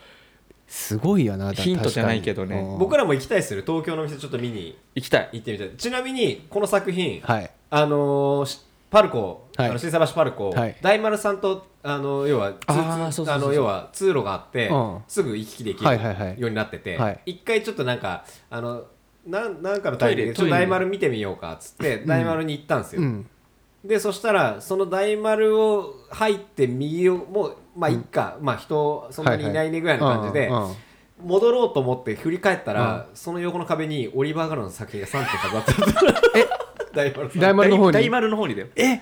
すごいよなだから
ヒントじゃない
確かに
けどね
うん
僕らも行きたいですよね東京のお店ちょっと見に
行きたい
行ってみたいちなみにこの作品、
はい
あのーしパルコ、
はい
あの新橋パルコ、
はい
大丸さんとあの要はつ
あーそうそうそう
あの要は通路があって、
うん
すぐ行き来できる
はいはいはい
ようになってて、
はい
一回ちょっとなんかあのなんなんかのタイミングでちょ
ト
っ
イレトイレ
と大丸見てみようかっつって、大丸に行ったんですよ、
うん
でそしたらその大丸を入って右をもうまあいっか、まあ人そんなにいないねぐらいの感じで、
うんうん
戻ろうと思って振り返ったら、その横の壁にオリバー・ガロンの作品が3点飾ってあったえ大丸さん
大丸の方に
大丸の方にだよ
い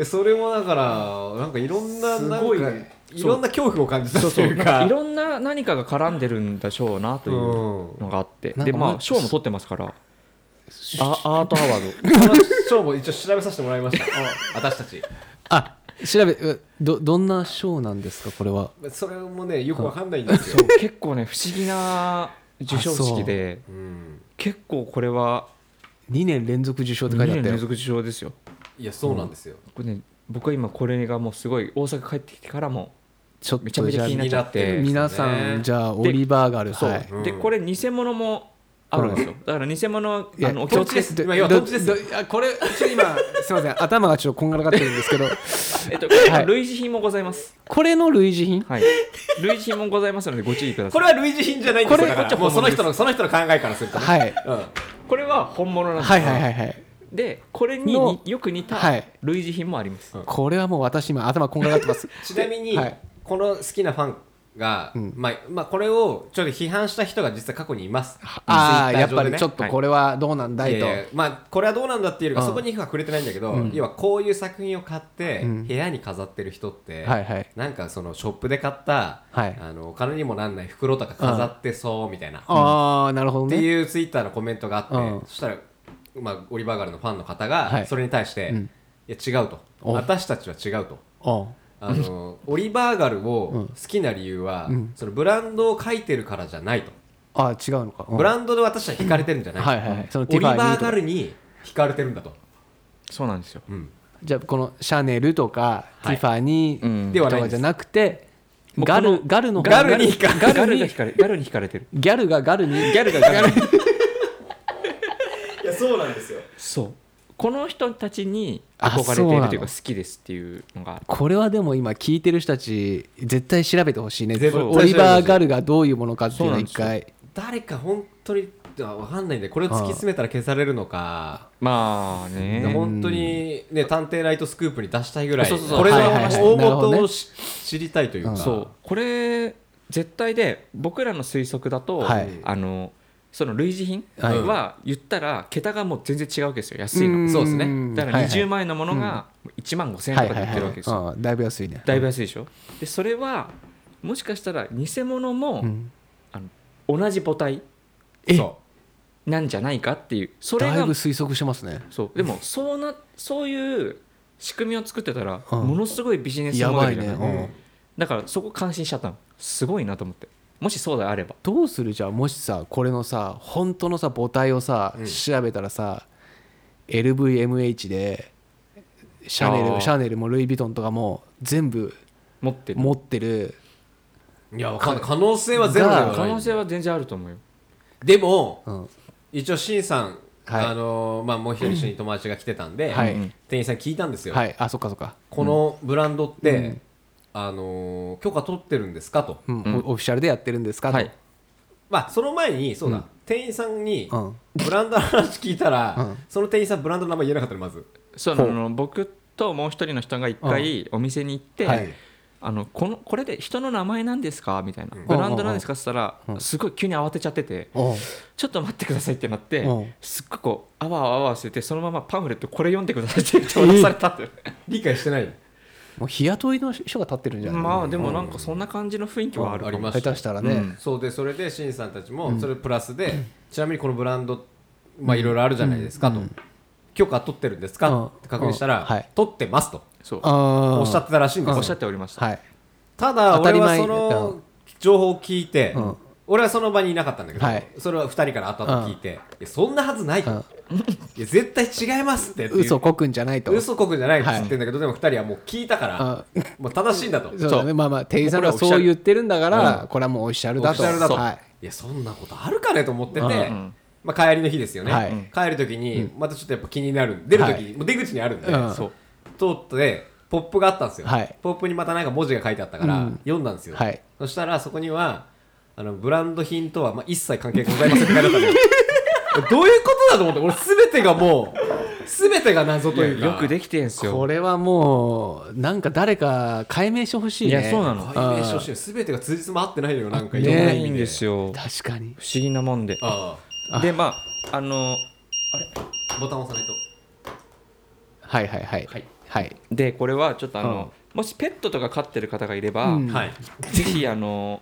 やそれもだからなんかいろんな
す
なん
ごい
か
ね
いろんな恐怖を感じた
そう
と
そう
いう
なんか
か
いろんな何かが絡んでるんでしょうなというのがあって、
うんなん
で
か
ま
も
あ
う
賞も取ってますからあアートアワ ード
この賞も一応調べさせてもらいました私たち
あ調べうどどんなショーなんですかこれは
それもねよくわかんないんですよ、
結構ね不思議な授賞式で
うん、
結構これは
2年連続受賞って書
2
いてあ
年
った
連
よ
続受賞ですよ
いやそうなんですよ、
これ、ね、僕は今これがもうすごい大阪帰ってきてからも
ちょっ
めちゃ
と
め
じ
ち
ゃ
ゃ
あ
気になっちゃっ
気に
て
なっ
皆さんじゃあオリバーガル
そう、
はい
うん
でこれ偽物もあるんですよだから偽物はあのお気をつけ
どっち今要はどっちです
どあこれちょ今 すいません頭がちょっとこんがらがってるんですけど
えっと、これは
はい
類似品もございます。
これの類似品
はい。類似品もございますので、ご注意くだ
こ
さい。
れは類似品じゃないんです
こ
よ
れ
だからもうその人のその人の考えからするとね、
はい
うん、
これは本物なんです。
はいはいはいはい
で、これに
の
によく似た
はい
類似品もあります。
これはもう私今頭こんがらがってます
ちなみに、
はい
この好きなファンが、
うん
まあまあ、これをちょっと批判した人が実は過去にいます。
ああ
ツイッ
やっ
ター上
ぱ
でね
りちょっとこれはどうなんだ
い
い
やい
と
やまあ、これはどうなんだっていうよりか、
うん
そこには触れてないんだけど、
うん
要はこういう作品を買って、
うん
部屋に飾ってる人って、
はいはい
なんかそのショップで買った、
はい
あのお金にもなんない袋とか飾ってそうみたいな、っ
ああなるほど
て
ね
いうツイッターのコメントがあって、
うん
そしたら、まあ、オリバーガルのファンの方
は
が
い
それに対して、
うん
いや違うと
お
私たちは違うと。
お
あのオリバーガル
うん
を好きな理由は、
うん
そのブランドを書いてるからじゃないと、
あー違うのかうん
ブランドで私は惹かれてるんじゃない、
はいはいはいその
オ
ティ
リ
ファニーとか
バーガルに惹かれてるんだと、
そうなんですよ。
うん
じゃあこのシャネルとかテ
は
ィ
い
ファニ
う
ー
ん
とかじゃなくて
もう
ガル
この
ガルの方
ガルに惹かれ
ガルが惹かれ、ガルに惹かれてる。
ギャルがガルに
ギャルがガルに。
いやそうなんですよ
そう。この人たちに
あ
憧れていると
そ
いう
うなの
か、好きですっていうのが。
これはでも今聞いてる人たち絶対調べてほしいね
絶対
オリバー・ガルがどういうものかっていうのを一
そうなん
回
誰か本当に分かんないんでこれを突き詰めたら消されるのか、
まあね。
本当に、ね「探偵ライトスクープ」に出したいぐらい
そうそうそう
これの
はいはいはい
大
なるほど
元
ね
をし知りたいというか、
うん
そう。これ、絶対で、僕らの推測だと、
はい
あの、その類似品
はい
は言ったら桁がもう全然違うわけですよ安いの
ん
そうですね
だから20
万
万円のものが1万5000円
は
と
い
か
はい
で売
は
ってるわけですよ、
いはいうんだいぶ安いね
だいぶ安いでしょでそれはもしかしたら偽物も
うん
同じ母体
え
そ
なんじゃないかっていうそれ
だい
が
ぶ推測してますね
そうでもそうなそういう仕組みを作ってたら
うん
ものすごいビジネス
や
モ
ば
デル
い
じゃ
ね
ない、
うん
だからそこ感心しちゃったのすごいなと思ってもしそうであれば
どうするじゃあもしさこれのさ本当のさ母体をさ
うん
調べたらさ LVMH でシャネ
あー
ルシャネルもルイ・ヴィトンとかも全部
持ってる
持ってる
ういやわかんない可能性はゼロではない
可能性は全然あると思うよ
でも、
うん
一応しんさん、
はい
あのーまあ、もう一人一緒に友達が来てたんで、
はい
うん
店員さんに聞いたんですよ、
はいあそっかそっか
このブランドって、あのー許可取ってるんですかと、
うんオフィシャルでやってるんですか
は
と
い
まあ、その前にそうだ、
うん
店員さんに、
うん
ブランドの話聞いたら、
うん
その店員さんブランドの名前言えなかったのまず
そうあの僕ともう一人の人が一回お店に行って、
はい
あのこのこれで人の名前なんですかみたいな、
ん
ブランドなんですかって言った
うんう
ら
ん
すごい急に慌てちゃってて
おう
ちょっと待ってくださいってなって
うん
すっごくこうあわあわあわしててそのままパンフレットこれ読んでくださいって言って渡されたって
理解してない
もう日雇いの人が立ってるんじゃない
まあでもなんかそんな感じの雰囲気はあるか
あり
も
ま
下
す
手したらね、
うん
そうでそれでしんさんたちもそれプラスで、ちなみにこのブランドまあいろいろあるじゃないですかと、許可取ってるんですか、
うん
って確認したら、
うんはい
取ってますと
そう
あー
おっしゃってたらしいんですよ、
おっしゃっておりました
はい
ただ
当た
俺
り
は
前
その情報を聞いて、
うん
俺はその場にいなかったんだけど、
はい
それは2人から後々聞いて、いやそんなはずないと、いや絶対違いますってっていう
嘘こくんじゃないと
嘘こくじゃないって言ってんだけど、でも2人はもう聞いたから
あ
もう正しいんだと
そうだねまあまあ店員さんがそう言ってるんだから、これはもうオフィシャルだと
オフィシャルだと
はい
いやそんなことあるかねと思ってて、
うん
ん
まあ、帰りの日ですよね、
はい
帰る時にまたちょっとやっぱ気になる出る時、
はい
もう出口にあるんで、
うん
そう通ってポップがあったんですよ、
はい
ポップにまたなんか文字が書いてあったから、
うん
読んだんですよ、
はい
そしたらそこにはあのブランド品とはまあ一切関係ございませんって書いてあったのよ どういうことだと思って俺全てがもう全てが謎というか
よくできてんす
こ
よ
れはもうなんか誰か解明してほしいね
いやそうなの
解明してほしいよ全てが通じつま合ってないよなんかいろんな
な
意味
いんですよ
確かに
不思議なもんで
あ
でまああの
あボタン押さないと
はいはいはい
はい
はい
でこれはちょっとあ
うん
のもしペットとか飼ってる方がいれば、
うん
はい
ぜひあの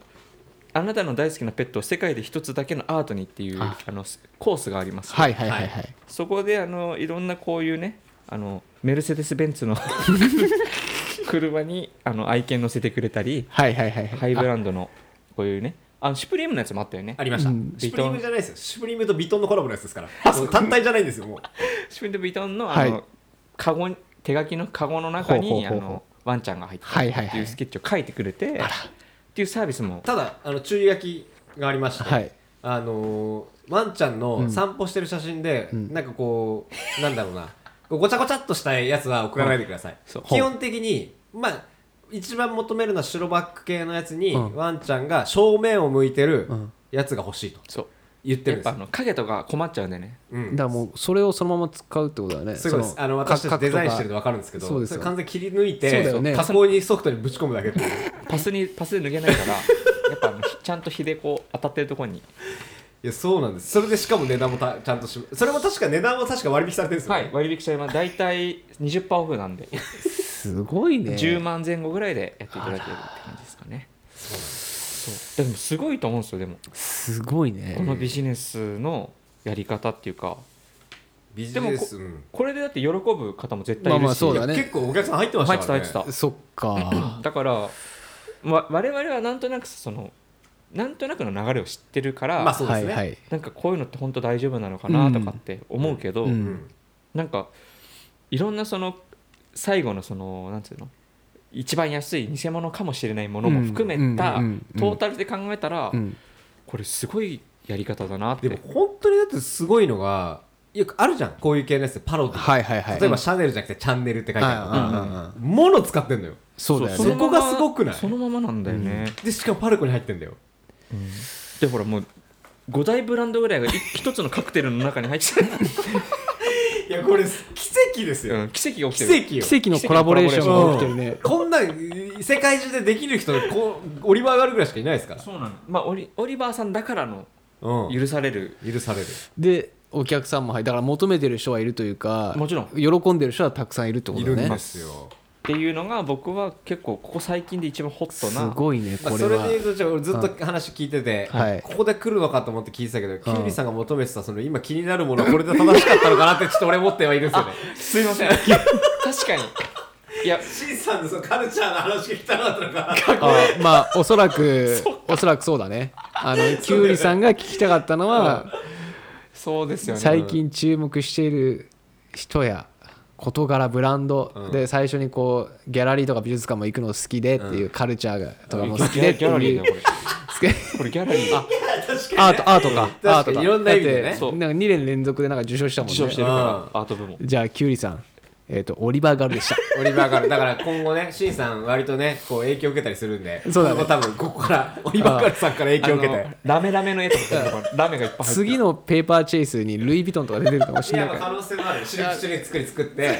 あなたの大好きなペットを世界で一つだけのアートにっていう
あ
あのすコースがあります、
はいはいはいはい
そこであのいろんなこういうねあのメルセデス・ベンツの車にあの愛犬乗せてくれたり
はいはいはいはい
ハイブランドのこういうねあのシュプリームのやつもあったよね
ありました、
うん
シュプリームじゃないですよシュプリームとビトンのコラボのやつですからもう単体じゃないんですよもう
シュプリームとビトンの
は
あ
い
の、カゴに手書きのカゴの中に
ほうほうほうほう
あのワンちゃんが入ってる
はい
っ
は
て
い
い
はいう
スケッチを書いてくれて、っていうサービスも
ただあの注意書きがありまして、
はい
あのーワンちゃんの散歩してる写真で、
ん
なんかこうなんだろうなこうごちゃごちゃっとしたやつは送らないでください、
そう
基本的にまあ一番求めるのは白バック系のやつに、
うん
ワンちゃんが正面を向いてる
うん
やつが欲しいと
そう
言って
や
るんで
っ
す
ぱあ
よ、
の影とか困っちゃうんでね
うん
だからもうそれをそのまま使うってことだね
そういうことです
の
あの私た
か
ちデザインしてると
か
分かるんですけど
そうですよ
れ完全に切り抜いて
そうだよね
加工にソフトにぶち込むだけっていう
パスにパスで抜けないからやっぱあのひちゃんと火でこう当たってるところに
いやそうなんですそれでしかも値段もたちゃんとしそれも確か値段も確か割引されてるんですよ、
はい、割引しちゃいます大体20%オフなんで、
すごいね
10万前後ぐらいでやっていただけるって感じですかねそうでもすごいと思うんですよでも
すごい
こ
ね
のビジネスのやり方っていうか
ビジ
でも
ネ
こ
ス、うん
これでだって喜ぶ方も絶対い
まあ
るし、
まあそうだね
結構お客さん入ってまし
入
たか
ってた
ら
入
ね
ってた
そっか
だからわ我々はなんとなくそのなんとなくの流れを知ってるから、
まあ そうで
は
す
い
ね、
はい
なんかこういうのって本当大丈夫なのかなとかって思うけど、
うんうん
うん
なんかいろんなその最後のそのなんていうの一番安い偽物かもしれないものも含めた
うんうんうんうん
トータルで考えたら
うん
これすごいやり方だなっ
で
て
も本当にだってすごいのがよくあるじゃんこういう系のやつでパロディ、
はいはいはい
例えばシャネルじゃなくてチャンネルって書いてあると
うんうん
かもの使ってんのよ
そうだよ
そ
ね
こがすごくない
そのままなんだよね、
でしかもパルコに入ってんだよ
でほらもう5大ブランドぐらいがい一つのカクテルの中に入って
いやこれ奇跡です
る、
よ、
うん、奇跡が起きてる
奇跡よ
奇跡のコラボレーションが起きてるね
こんなん世界中でできる人こうオリバーがあるぐらいしかいないですから、
そうなのまあオリオリバーさんだからの
うん、
許される
許される
でお客さんも入るだから求めてる人はいるというか
もちろ
ん喜んでる人はたくさんいるってこ
い
と
るん
だ
で
ね
すよ
っていうのが僕は結構ここ最近で一番ホット
す
な
ごいね
まあ
これ
それ
は
で言うとじゃあ俺ずっと話聞いてて、
はい
ここで来るのかと思って聞いてたけど、キュウリさんが求めてたその今気になるものはこれで正しかったのかなってちょっと俺思ってはいるんですよね。
すいません確かにいや
シンさんのそのカルチャーの話が汚かったのか
あまあおそらくおそらくそうだねあのキュウリさんが聞きたかったのは
そうですよね
最近注目している人や事柄ブランド
うん
で最初にこうギャラリーとか美術館も行くの好きでっていうカルチャーがとかも好き
ギ
で
ャ
って
ギャラリ
い
ー
う
だよ これこれギャラリーだ
アートアートか
に
アートか
いろんな意味でね
だって
そう
なんか2年連続でなんか受賞したもん
受賞して
ね
るからアート部門
じゃあキュウリさんえっとオリバーガルでした
オリバーガルだから今後ねシンさん割とねこう影響受けたりするんで
そうだね
今後多分ここからオリバーガルさんから影響を受けて
あのラメラメの絵とかだったらラメがいっぱい入ってる
次のペーパーチェイスにルイ・ヴィトンとか出てるかもし
い
れ
や
ない
ま
か
あ
ら
可能性もあるシルクシルク作り作って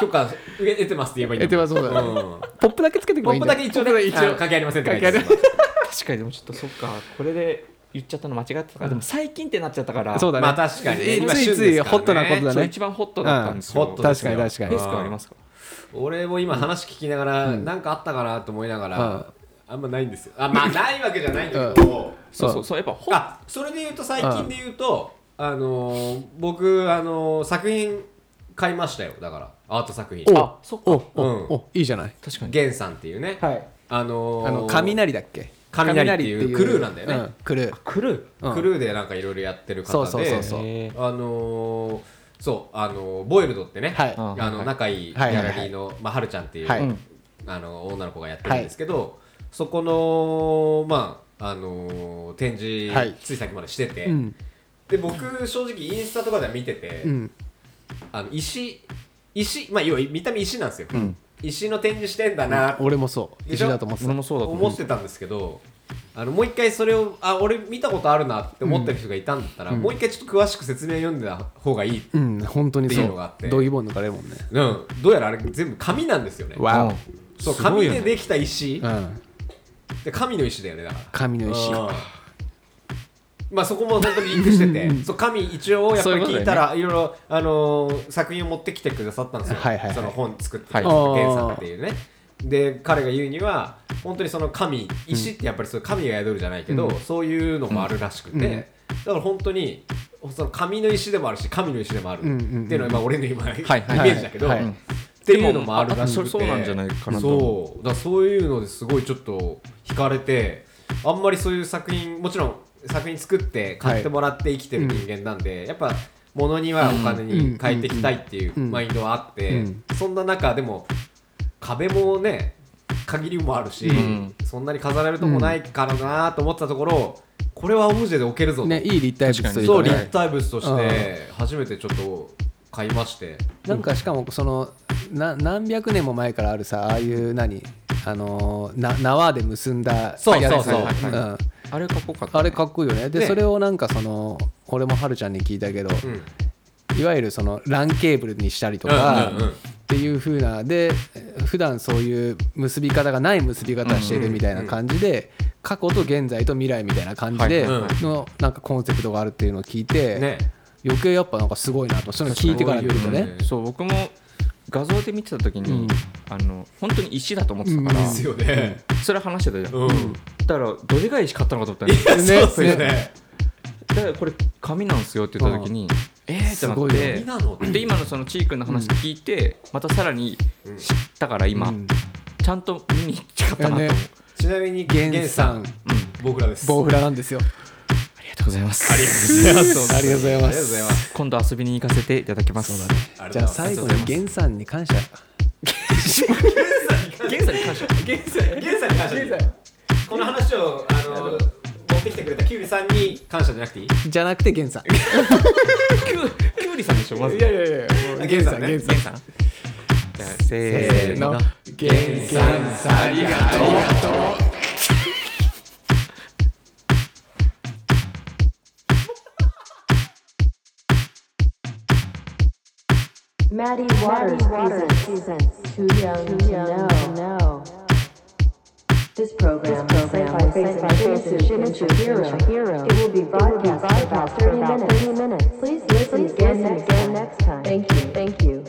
許可得てますって言えばいいん
えでもそうだね
うん
ポップだけつけてく
ポ
ばい
ッ
いん
プ
だ
だ
よ
け一応
ポップだけ
ねあの関係ありませんって書いて
関係あり
ます
ま
確かにでもちょっとそっかこれで言っちゃったの間違ってたからでも最近ってなっちゃったから
そうだね
まあ確かにね
え
今
つい
旬
つい
ですからね
ホットなことだ
そう
ね
一番ホットだったんですよ
うんホットだ
確かに確か
デ
に
スクありますか
俺も今話聞きながら、なんかあったかなと思いながら、あんまないんですよ あまあないわけじゃないんだけど、
そう
う
そ
ん
うそうやっぱホッ
あそれで言うと最近で言うと、あのー僕、あのー作品買いましたよだからアート作品
あ
そっか
おお
うん
おいいじゃない
確かに
ゲンさんっていうね、
はい
あのー
あの雷だっけ
雷っていうクルーなんだよね、
うクルー
来る
うん
クルーでなんかいろいろやってる方で
そうそうそう
へー
あのーそうあのーボイルドってね、
はい
あ
あの仲いいギ
はい
ャ
はいは
ラ
い
リーの、まあ、はるちゃんっていう、
はい
うん
あの女の子がやってるんですけど、そこのまああのー展示、
はい
つい先までしてて、
うん
で僕正直インスタとかでは見てて、
うん
あの石石まあ要は見た目石なんですよ、石の展示してんだなって
俺もそう
でしょ
一緒だと思って
俺
た
もそうだと
思
思
っ
う
てたんですけど、あのもう一回それをあ俺見たことあるなって思ってる人がいたんだったら、もう一回ちょっと詳しく説明読んだ方がいい、うん
うん本当に
っ
そ
ていうのがあっ
う
て
ドギボン抜かれるもんね
どうやらあれ全部紙なんですよね
わお
そう
すごい
紙
よ
で
ね
できた石、
うん
で紙の石だよねだから
神の石
うんまあそこも本当にリンクしててそう紙一応やっぱ
そういう
り
ことだよ
聞
ね
いたらいろいろ、あのー作品を持ってきてくださったんですよ、
はいはいはい
その本作ってた
はい
源さんっていうねで彼が言うには本当にその神石ってやっぱりそういう神が宿るじゃないけど、そういうのもあるらしくて、
うん
だから本当にその紙の石でもあるし神の石でもあるって
うんうんうん
いうのがまあ俺の今、イメ
はい
ージだけど、
はい
うん
っていうのもあるらしくて
でもあそそうなんじゃないかなと思
そうだからそういうのですごいちょっと惹かれてあんまりそういう作品もちろん作品作って買ってもらって生きてる人間なんで、やっぱ物にはお金に変えていきたいっていう
うんうん
マインドはあって、
うん
そんな中でも壁もね限りもあるし、
ん
そんなに飾れるとこないからなと思ってたところこれはオブジェで置けるぞと、
ねいい立体物という
そう
かね
立体物として初めてちょっと買いまして。
なんかしかもそのな何百年も前からあるさああいう何あのーな縄で結んだ
そう
やつ
そうそう
うん
はいはあれかっこよかった
あれかっこいいよねで
ね
それをなんかその俺もはるちゃんに聞いたけど、
うん
いわゆるその LAN ケーブルにしたりと
うんうんう
か
ん
っていう風なで普段そういう結び方がない結び方してるみたいな感じで過去と現在と未来みたいな感じで
はいうん
のなんかコンセプトがあるっていうのを聞いて
ね
余計やっぱなんかすごいなとその聞いてから見るとね
そう僕も画像で見てた時に、
うん
あの本当に石だと思ってたから、
うん
ですよね。
それ話してたじゃん、
うん
だからどでかい石買ったのかと 思った
ね
の
そうっすよ
ね
ね。
だからこれ紙なんすよって言った時に、えーって
すごいよ
な
な
っ
の
てで今のそのちーくんの話聞いて、またさらに知ったから今、
うん
ちゃんと見に行って買ったなと思う、
いやね
ちなみに
源
源
さ
さ
ん
ん、僕らです。
ボウフラなん ですよ
ありがとうございます
ありがとうござい
ありが
ま
とうござい
す
ます。
今度遊びに行かせていただきます
あり
じ
が
ゃあ
とうござい
最
ます
後に源さんに感謝
現在に感謝
源さん、源さんに感謝
源さ
この話をあの持ってきてくれたキュウリさんに感謝じゃなくていい？
じゃなくて源さん
きゅうりさんでしょまず
いやいやいや
源さんね
源
さんじゃあせーの
源さんさんありがとう
Maddie Waters, presents, Too Young, to, know. This program, this program was sent by Faces Signature Hero. Hero. It will be broadcast, for about 30 minutes. Please listen, again, next time. Thank you. Thank you.